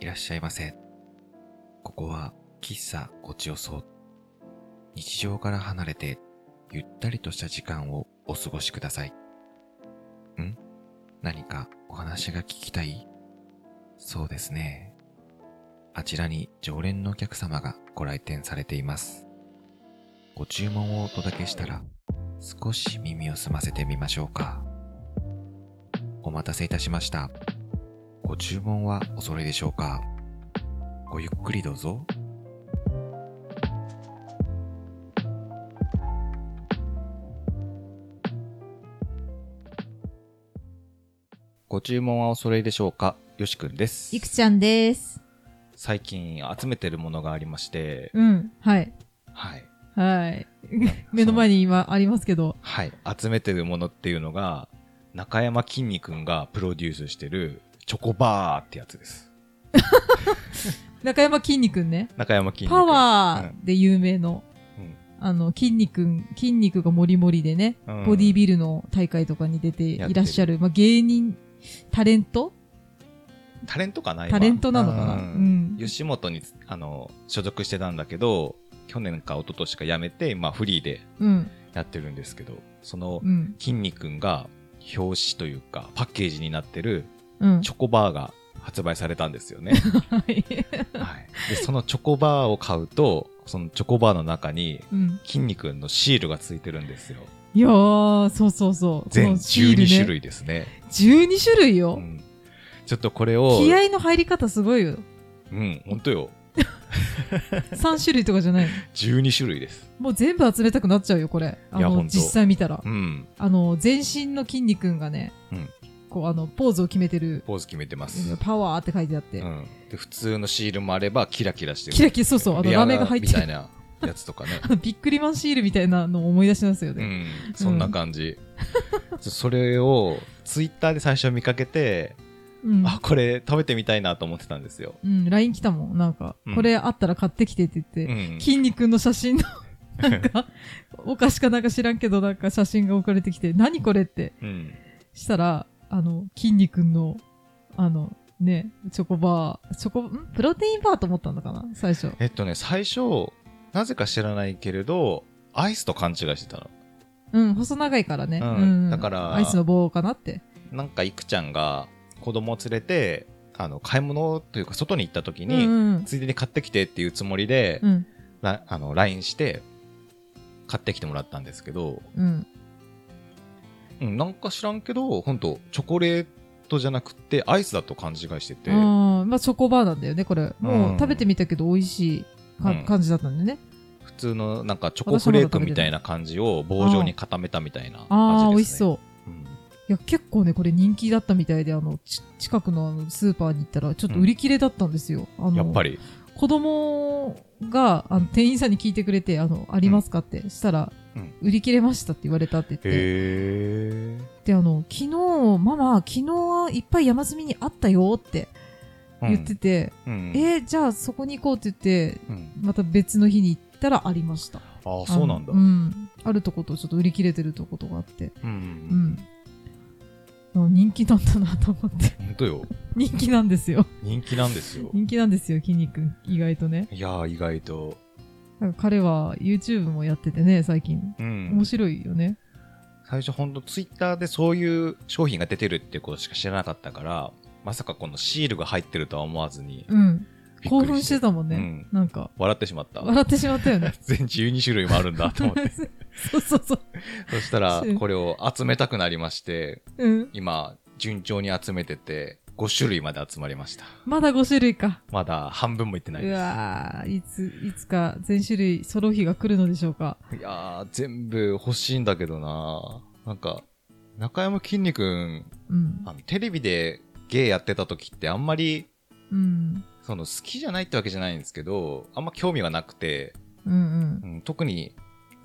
らっしゃいませ。ここは喫茶ごちよそ。日常から離れて、ゆったりとした時間をお過ごしください。ん何かお話が聞きたいそうですね。あちらに常連のお客様がご来店されています。ご注文をお届けしたら、少し耳を澄ませてみましょうか。お待たせいたしました。ご注文はお揃いでしょうかごゆっくりどうぞ。ご注文はお揃いでしょうかよしくんですいくちゃんです。最近集めてるものがありまして、うん。はい。はい。はい。 目の前に今ありますけど。はい。集めてるものっていうのが、中山きんに君がプロデュースしてる、チョコバーってやつです。中山きんに君ね。中山きんに君。パワーで有名の、うんあの、筋肉、筋肉がもりもりでね、うんボディービルの大会とかに出ていらっしゃる、まあ、芸人、タレントタレントかな今タレントなのかなううんん。吉本に、あの、所属してたんだけど、去年か一昨年か辞めて、今フリーでうん、やってるんですけど、そのう、ん、きんに君が表紙というか、パッケージになってるうん。チョコバーが発売されたんですよね。はい。はい。で、そのチョコバーを買うと、そのチョコバーの中に、うん。筋肉のシールがついてるんですよ。いやー、そうそうそう。全このシー12ルね種。類ですね。 12種類うよ。んちょっとこれを、気合の入り方すごいよ。うん、本当よ。 3種類とかじゃないの。 12種類です。もう全部集めたくなっちゃうよ、これ。あいやほの、んと実際見たらう。ん、あの、全身の筋肉がね、うんこう、あの、ポーズを決めてる、ポーズ決めてます。パワーって書いてあって、うん。で、普通のシールもあれば、キラキラしてる。キラキラ、そうそう、あの、レアラメが入ってみたいる。なやつとかね。ビックリマンシールみたいなのを思い出しますよう ね。ん、そんな感じ。ちょそれを、ツイッターで最初見かけて、うん。あ、これ食べてみたいなと思ってたんですよ。うん、LINE 来たもん、なんか、うんこれあったら買ってきてって言うって、ん。筋肉の写真の、な んか、お菓子かなんか知らんけど、なんか写真が送られてきて、何これって、うん。したら、あの、筋肉の、あの、ね、チョコバー、チョコ、んプロテインバーと思ったのかな最初。えっとね、最初、なぜか知らないけれど、アイスと勘違いしてたの。うん、細長いからね。うんだからアイスの棒かなって。なんか、いくちゃんが子供を連れて、あの、買い物というか、外に行った時うんに、うんついでに買ってきてっていうつもりで、うん。らあの、LINE して、買ってきてもらったんですけど、うん。うん、なんか知らんけど、本当チョコレートじゃなくて、アイスだと勘違いしてて、あーまあ、チョコバーなんだよね、これ。うもんう食べてみたけど、美味しいかうん感じだったんでね。普通のなんかチョコフレークみたいな感じを棒状に固めたみたいなああ、味美で味しすね。そう。いや、結構ね、これ人気だったみたいで、あの、ち近くのあのスーパーに行ったら、ちょっと売り切れだったんですよ。あうんのやっぱり。子供が、あの、店員さんに聞いてくれて、あの、ありますかって、したら、うん売り切れましたって言われたって言って。へで、あの、昨日、ママ、昨日いっぱい山積みにあったよってえ。言ってて、うん、えーじゃあそこに行こうって言って、うんまた別の日に行ったらありました。ああ、そうなんだ。あのうん。あるとことちょっと売り切れてるとことがあって。う。うんん。あ人気なんだなと思って。 本当よ。人気なんですよ。人気なんですよ。人気なんですよ、筋肉。意外とね。いやー、意外と。なんか彼は YouTube もやっててね、最近。うん面。白いよね。最初、本当ツイッターでそういう商品が出てるってことしか知らなかったから、まさかこのシールが入ってるとは思わずに、うん。びっくり興奮してたもんうね。ん。なんか、笑ってしまった。笑ってしまったよ ね。全12種類もあるんだと 思って。そうそうそう。そしたらう、んこれを集めたくなりまして、うん。今、順調に集めてて、5種類まで集まりました。まだ5種類か。まだ半分もいってないでうす。わーいつ、いつか全種類揃う日が来るのでしょうか。いやー、全部欲しいんだけどななんか、中山きんに君、うん。あの、テレビで芸やってた時ってあんまり、うん。その、好きじゃないってわけじゃないんですけど、あんま興味がなくて、うんうん。うん、特に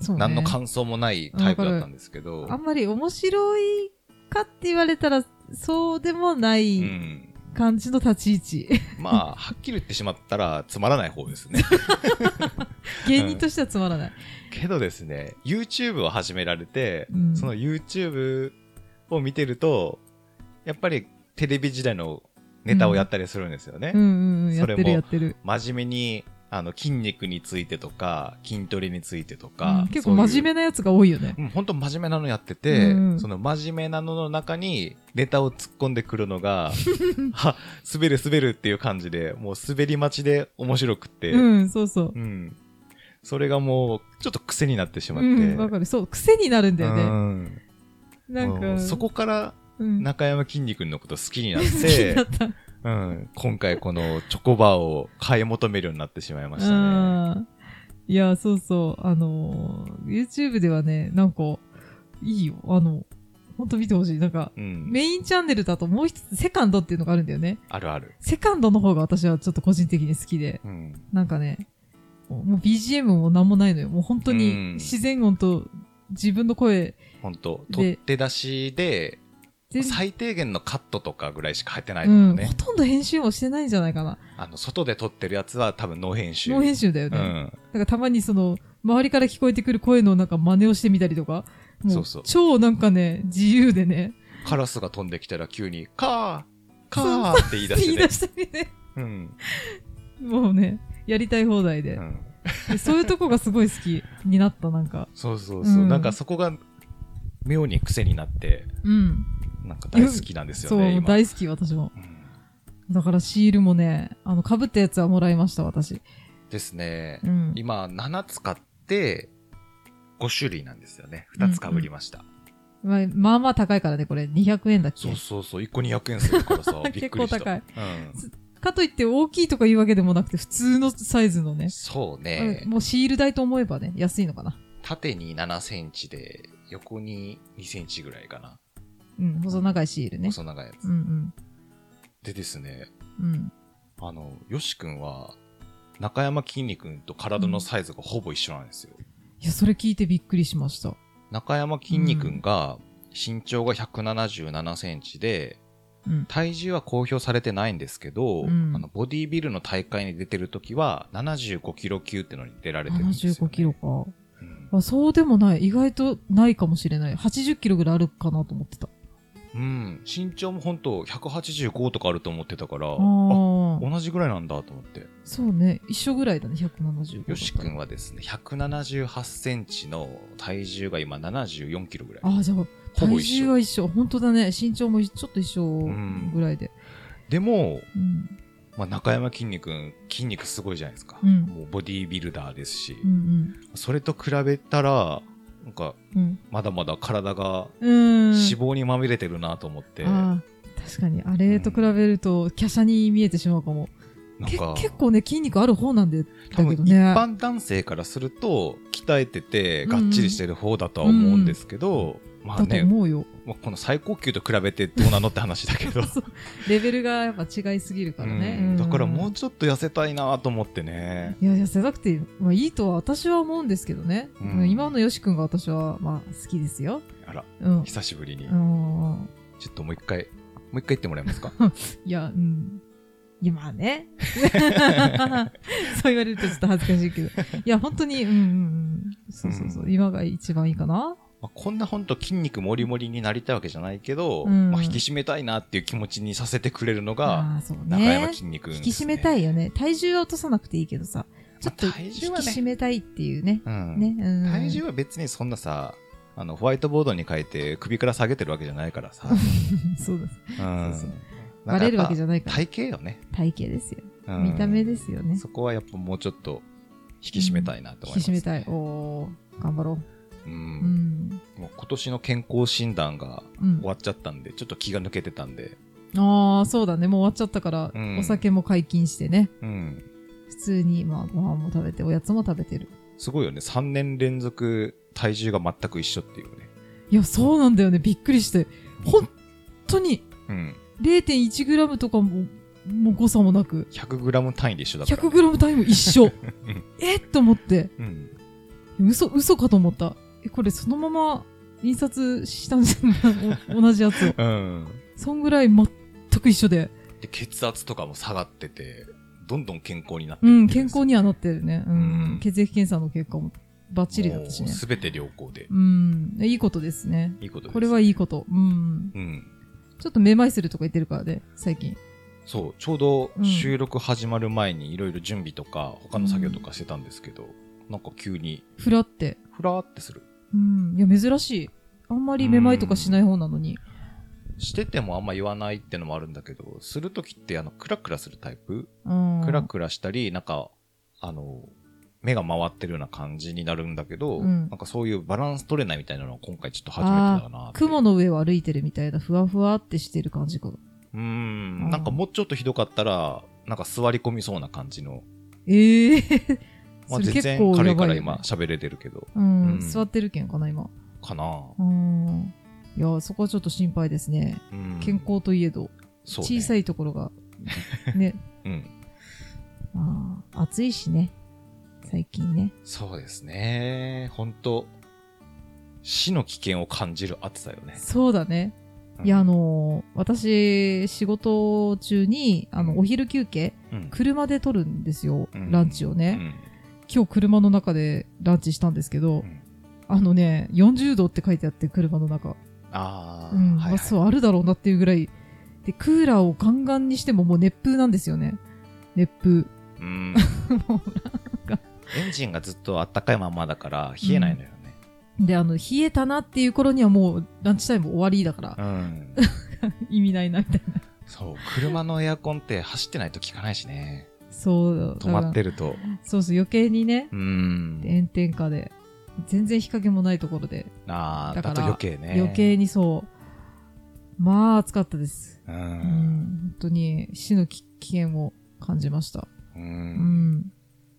そうね。何の感想もないタイプだったんですけど、あんまり面白いかって言われたら、そうでもなういん。感じの立ち 位置。まあ、はっきり言ってしまったらつまらない方 ですね。芸人としてはつまらない。けどですね、YouTube を始められて、うんその YouTube を見てると、やっぱりテレビ時代のネタをやったりするんですよね。うんうんうん、やそっれてもるやってる。真面目にあの筋肉についてとか筋トレについてとうか、ん結構真面目目なやつが多いよね。本当真面目なのやってて、うんその真面目なのの中にネタを突っ込んでくるの がは滑る滑るっていう感じでもう滑り待ちで面白くって、うん、そうそう。うんそれがもうちょっと癖になってしまっうて、ん、わかる。そう、癖になるんだようね。んなんもうか、そこからうん、中山きんに君のこと好きになっ 好きにてなった。うん、今回このチョコバーを買い求めるようになってしまいましたね。うんいや、そうそう。あのー、YouTube ではね、なんか、いいよ。あの、ほんと見てほしい。なんか、うん、メインチャンネルだともう一つ、セカンドっていうのがあるんだよね。あるある。セカンドの方が私はちょっと個人的に好きで、うん、なんかね、もうもう BGM もなんもないのよ。もう本当うんに自然音と自分の声本当で取って出しで全最低限のカットとかぐらいしか入ってないうん、のほね、とんど編集もしてないんじゃないかな。あの外で撮ってるやつは多分ノー編集ノー編集だよね。うなんん、かたまにその、周りから聞こえてくる声のなんか真似をしてみたりとか、もそうそう超なんかね、自由でね、カラスが飛んできたら急に「カーカー」って言い出言しいてね出したりね、うんもうね、やりたい放題で,うで、んそういうとこがすごい好きになった、なんか。そうそうそう、うんなんかそこが妙に癖になってうん。なんか大好きなんですよそう、ね、今、大好き、私も。うんだからシールもね、あの、被ったやつはもらいました、私。ですねう、ん。今7つ買って5種類なんですよね2つかぶりました、まあ、まあまあ高いからね、これ。200円だっけそうそうそう1個200円するから さびっ結くり構した高い。うんかといって大きいとかいうわけでもなくて、普通のサイズのね。そうね、もうシール代と思えばね、安いのかな。縦に7センチで、横に2センチぐらいかな。うん、細長いシールね。細長いやつ。うんでですね、うん。うん。あの、よし君は、中山きんに君と体のサイズがほぼ一緒なんですよ。いや、それ聞いてびっくりしました。中山きんに君が、身長が177センチで、うん。体重は公表されてないんですけど、うんあのボディービルの大会に出てる時は75キロ級ってのに出られてるんですよ、ね。 75キロか。うん、あ、そうでもない。意外とないかもしれない。80キロぐらいあるかなと思ってた。うん。身長も本当185とかあると思ってたから、あああ。同じぐらいなんだと思って。そうね。一緒ぐらいだね、175。よし君。はですね、178センチの体重が今74キロぐらい。ああ、じゃあ、ほぼ体一緒重は一緒。本当だね。身長もちょっと一緒んぐらいで。でも、うん。まあ、中山きんに君、筋肉すごいじゃないですか。うんもうボディービルダーですし、うんそれと比べたら、なんか、うん。うん。まだまだ体がうーん。脂肪にまみれてるなと思って、ああ確かにあれと比べると華奢に見えてしまうかも、なんけか、結構ね筋肉ある方なんで多だ分け一どね般男性からすると、鍛えてて、がっちりしてる方だとは思うんですけど、まあだとね、思うよ、まあこの最高級と比べてどうなのって話だけど。 そうレベルがやっぱ違いすぎるからね、うんだからもううちょっと痩せたいなと思ってねんいや痩せなくて、まあ、いいとは私は思うんですけどね、うん今のよし君が私はまあ好きですよあらうん久しぶりに、あのちょっともう一回もう一回言ってもらえますかいやうんいやまあね そう言われるとちょっと恥ずかしいけどいや本当にうんうんうんそうそうそう、うん今が一番いいかなまあこんなほんと筋肉もりもりになりたいわけじゃないけど、うんまあ、引き締めたいなっていう気持ちにさせてくれるのがああそうね中山筋肉、引き締めたい、いよね。体重は落とさなくていいけどさ、ちょっとま引あ体き重はね締めたいっていうね。うんね、うん。体重は別にそんなさあのホワイトボードに書いて首から下げてるわけじゃないからさ、 そうです。うんそうそうなんバかレやっぱるわけじゃないから。体型よね、体型ですよ。うん見た目ですよね。そこはやっぱもうちょっと引き締めたいなと思い引きます、締めたい。おー、頑張ろうう。んうん。もう今年の健康診断がうん終、わっちゃったんで、ちょっと気が抜けてたんで、ああ、そうだね。もう終わっちゃったから、うんお酒も解禁してね。うん、普通に、まあ、ご飯も食べて、おやつも食べてる。すごいよね、3年連続体重が全く一緒っていうね。いや、そうなんだよね。びっくりして。本当に、うん、 0.1g とかも、もう誤差もなく、 100g 単位で一緒だから、ね。 100g 単位も一 緒。えっと思って。うん、嘘、嘘かと思った。え、これそのまま印刷したんじゃないお同じやつを。うん。そんぐらい全く一緒で。で、血圧とかも下がってて、どんどん健康になってういん、ってる健です康にはなってるね。うん。うん血液検査の結果もバッチリだったしねもう。すべて良好で。うん。いいことですね。いいことです。これはいいこと。うん。うん。ちょっとめまいするとか言ってるからね、最近。そうちょうど収録始まる前にいろいろ準備とか他の作業とかしてたんですけど、なんか急にふらって。ふらーってするうん。いや、珍しい。あんまりめまいとかしない方なのに。しててもあんま言わないってのもあるんだけどする時ってあのクラクラするタイプうん。クラクラしたりなんかあの目が回ってるような感じになるんだけど、うんなんかそういうバランス取れないみたいなのを今回ちょっと初めてだなって雲の上を歩いてるみたいな、ふわふわってしてる感じかな。うーんなんかもうちょっとひどかったらなんか座り込みそうな感じの、ええー。 まあ、それ全結然構軽やいかばらいよね今喋れてるけどうん、うん座ってるけんかな、今。かなうん。いや、そこはちょっと心配ですね。うん健康といえど、そうね小さいところが。 ね。うんあー暑いしね。最近ね。そうですね本当死の危険を感じる暑さよねそうだね。うんいや、あのー私、仕事中に、あうんの、お昼休憩、うん車で取るんですよ、うんランチをうね。ん今日車の中でランチしたんですけうど、んあのね、40度って書いてあって、車の中。ああ、うん、まはいあはい、そうあるだろうなっていうぐらい。で、クーラーをガンガンにしてももう熱風なんですよね。熱風。うん。 もエンジンがずっとあったかいままだから冷えないのよね。うで、あの、冷えたなっていう頃にはもうランチタイム終わりだからう、 ん。意味ないなみたいな。そう、車のエアコンって走ってないと効かないしね。そう、止まってる。ると。そうそう、余計にね、うん。炎天下で、全然日陰もないところで、ああ、だかだとら余計ね。余。計にそう、まあ暑かったです。ううん、ん。本当に死の危危険を感じました。う。うんん、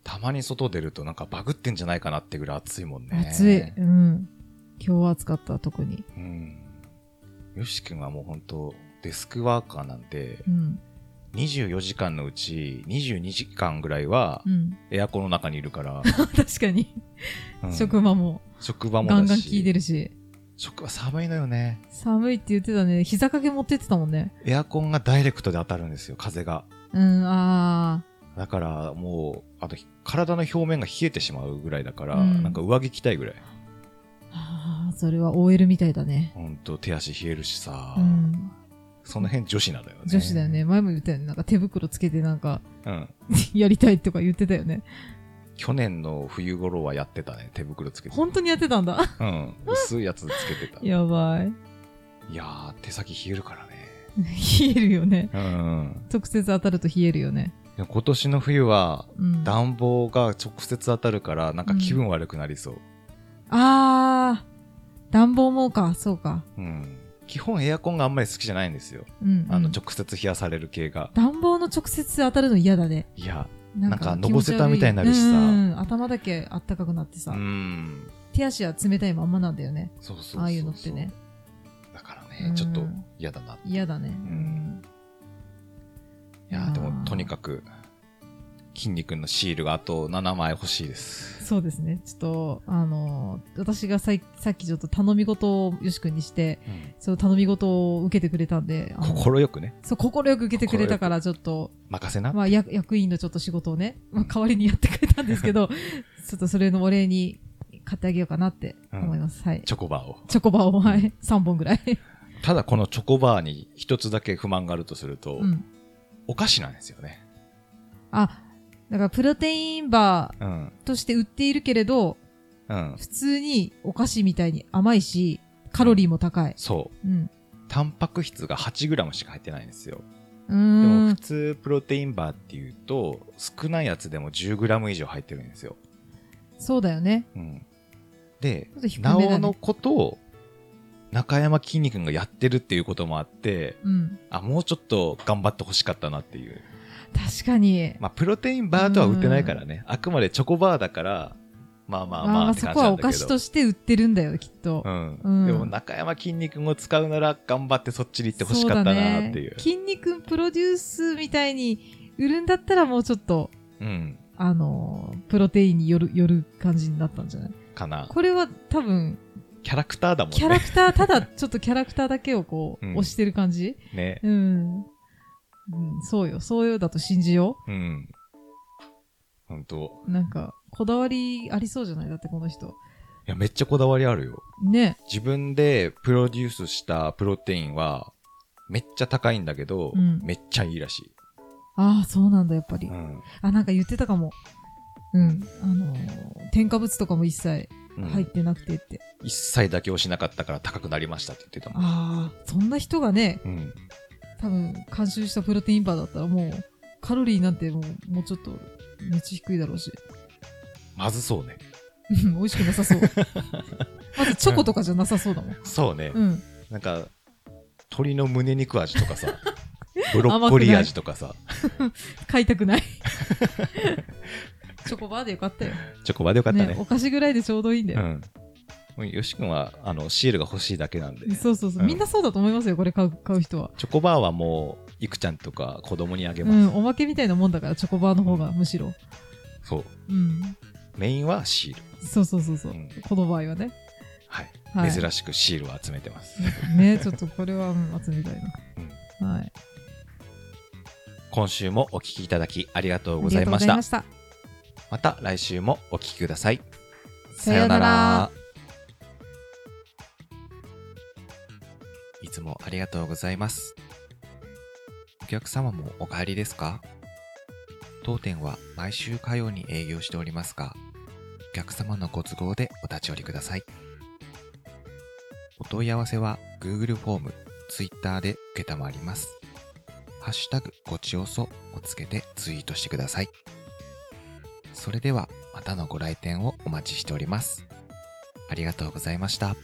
たまに外出るとなんかバグってんじゃないかなってぐらい暑いもんね。暑い。うん。今日は暑かった、特に。うん。よし君はもう本当デスクワーカーなんで、うん。 24時間のうち22時間ぐらいはうん。 エアコンの中にいるから、確かに、うん職場も職場もだガしンガン効いてるし職場寒いのよね寒いって言ってたね膝掛け持ってってたもんねエアコンがダイレクトで当たるんですよ風がうんあだからもうあと体の表面が冷えてしまうぐらいだから、うんなんか上着着たいぐらいーあーそれは OL みたいだねほんと手足冷えるしさ、うんその辺女子なのよね女子だよね前も言ったよねなんか手袋つけてなんか うんやりたいとか言ってたよね去年の冬頃はやってたね手袋つけて本当にやってたんだ うん薄いやつつけてたいややばいー手先冷えるからね冷えるよねうん直接当たると冷えるよねでも今年の冬はうんあ暖房が直接当たるからなんか気分悪くなりそう、あー暖房もかそうかうん、基本エアコンがあんまり好きじゃないんですようん、あのうん直接冷やされる系が、暖房の直接当たるの嫌だねいやなんかなんかのぼせたみたいになるしさ気持ち悪いうんうん頭だけあったかくなってうさ、ん手足は冷たいまんまなんだよねそうそうそうああいうのってねだからうねんちょっと嫌だない嫌だね、んいやーでもとにかく筋肉のシールがあと7枚欲しいですそうですねちょっとあのー私がさいさっきちょっと頼み事をよし君にしてその頼み事を受けてくれたんであの心よくねそう心よく受けてくれたからちょっと、任せな、まあ、役役員のちょっと仕事をね、まあ、代わりにやってくれたんですけど ちょっとそれのお礼に買ってあげようかなって思います、はいチョコバーをチョコバを、はい、3本ぐ らい、ただこのチョコバーに一つだけ不満があるとすると、うん、お菓子なんですよねあだからプロテインバうんーとして売っているけれどうん普通にお菓子みたいに甘いし、カロリーも高い。そううん。タンパク質が 8g しか入ってないんですようでもー普ん。通プロテインバーっていうと少ないやつでも 10g 以上入ってるんですよ、そうだよね。うん、でちょっと低めだなね。おのことを中山きんに君がやってるっていうこともあってうん。あもうちょっと頑張ってほしかったなっていう、確かに。まあ、プロテインバーとは売ってないからねあくまでチョコバーだからまあまあまあーってそ感こじはなんおだ菓け子どとして売ってるんだよ、きっと。うんうんでも中山きんに君を使うなら頑張ってそっちに行ってほしかったなっていう筋肉プロデュースみたいに売るんだったらもうちょっと、うんあのープロテインによる、よる感じになったんじゃないかなこれは多分、キャラクターだもんキャラねクター、ただちょっとキャラクターだけをこう、うん押してる感じねうん。うん、そうよ。そうよだと信じよう。うん本当なんか、こだわりありそうじゃないだってこの人。いやめっちゃこだわりあるよね。自分でプロデュースしたプロテインはめっちゃ高いんだけど、うんめっちゃいいらしいああ、そうなんだ、やっぱりう。んあ、なんか言ってたかも。うん。あのー添加物とかも一切うん入ってなくてって。一切妥協しなかったから高くなりましたって言ってたもん。ああ、そんな人がね、うん、多分、監修したプロテインバーだったらもう、カロリーなんてもう、もうちょっと、めっちゃ低いだろうし。まずそうね。うん美味しくな さそう。まずチョコとかじゃなさそうだもん。そうね。うん。なんか、鶏の胸肉味とか さ、ブロッコリー味とかさ、買いたくない。チョコバーでよかったよ。チョコバでよかったね。お菓子ぐらいでちょうどいいんだよ。うん。よしくんは、あの、シールが欲しいだけなんで。そうそうそう、うんみんなそうだと思いますよ、これ買う買う人は。チョコバーはもう、いくちゃんとか子供にあげうます。ん、おまけみたいなもんだから、チョコバーの方がむしろ。そう。うん。メインはシール。そうそうそうそう、うんこの場合はね。はい。はい珍しくシールを集めてます。ね、ちょっとこれはうん集めたいな。はい。今週もお聞きいただきありがとうござあいりがとうごまざしいた。まました。た来週もお聞きください。さようなさらいつもありがとうございます。お客様もお帰りですか当店は毎週火曜に営業しておりますが、お客様のご都合でお立ち寄りください。お問い合わせは Google フォーム、Twitter で受けたまります。ハッシュタグごちおそをつけてツイートしてください。それではまたのご来店をお待ちしております。ありがとうございました。